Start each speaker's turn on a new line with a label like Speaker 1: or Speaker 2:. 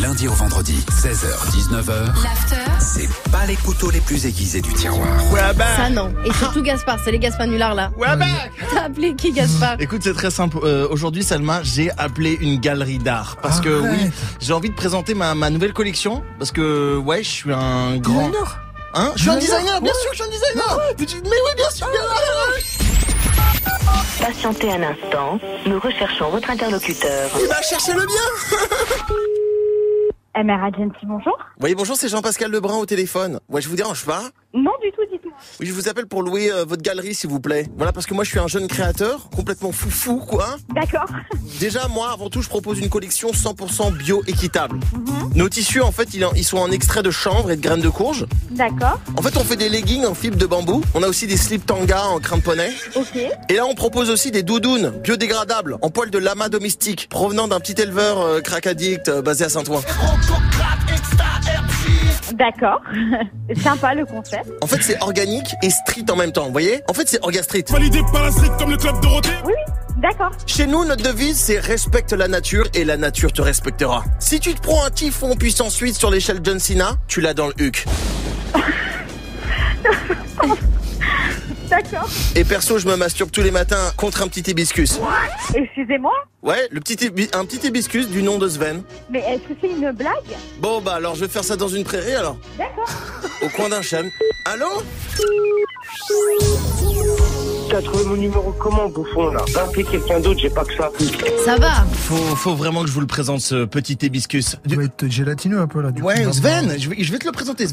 Speaker 1: lundi au vendredi, 16h-19h,
Speaker 2: L'after.
Speaker 1: c'est pas les couteaux les plus aiguisés du tiroir.
Speaker 3: Ouais, bah.
Speaker 4: Ça non. Et surtout Gaspard, c'est les Gaspanulars là.
Speaker 3: Ouais, bah.
Speaker 4: T'as appelé qui Gaspard
Speaker 3: Écoute, c'est très simple. Euh, Aujourd'hui, Salma, j'ai appelé une galerie d'art parce que
Speaker 5: Arrête.
Speaker 3: oui, j'ai envie de présenter ma, ma nouvelle collection parce que ouais, je suis un grand. Hein je suis un designer, bien sûr, je suis un designer. Mais tu- mais oui, bien sûr. bien sûr.
Speaker 6: Patientez un instant, nous recherchons votre interlocuteur.
Speaker 3: Il va chercher le Eh ben, bien.
Speaker 7: MR Agency, bonjour.
Speaker 3: Oui, bonjour, c'est Jean-Pascal Lebrun au téléphone. Ouais, je vous dérange pas
Speaker 7: Non, du tout, dites-moi.
Speaker 3: Oui, je vous appelle pour louer euh, votre galerie, s'il vous plaît. Voilà, parce que moi, je suis un jeune créateur, complètement foufou, quoi.
Speaker 7: D'accord.
Speaker 3: Déjà, moi, avant tout, je propose une collection 100% bio-équitable. Nos tissus, en fait, ils en- ils sont en extrait de chanvre et de graines de courge.
Speaker 7: D'accord.
Speaker 3: En fait, on fait des leggings en fibre de bambou. On a aussi des slips tanga en crin de poney.
Speaker 7: Ok.
Speaker 3: Et là, on propose aussi des doudounes biodégradables en poil de lama domestique provenant d'un petit éleveur euh, crack addict euh, basé à Saint-Ouen.
Speaker 7: D'accord. Sympa le concept.
Speaker 3: En fait, c'est organique et street en même temps, vous voyez En fait, c'est Orga Street.
Speaker 5: Validé par la street comme le club Dorothée.
Speaker 7: Oui, oui. D'accord.
Speaker 3: Chez nous, notre devise, c'est respecte la nature et la nature te respectera. Si tu te prends un typhon puissance 8 sur l'échelle John Cena, tu l'as dans le huc.
Speaker 7: D'accord.
Speaker 3: Et perso, je me masturbe tous les matins contre un petit hibiscus.
Speaker 7: Excusez-moi,
Speaker 3: Ouais, le petit hibi- un petit hibiscus du nom de Sven.
Speaker 7: mais est-ce que c'est une blague
Speaker 3: Bon bah alors je vais faire ça dans une prairie alors.
Speaker 7: D'accord.
Speaker 3: Au coin d'un chêne. Allô
Speaker 8: T'as trouvé mon numéro comment, bouffon, là Va appeler quelqu'un d'autre, j'ai pas que ça.
Speaker 4: Ça va.
Speaker 3: faut, faut vraiment que je vous le présente ce petit hibiscus.
Speaker 5: Tu vas être gélatineux un peu là. du coup.
Speaker 3: Ouais, Sven, je vais, je vais te le présenter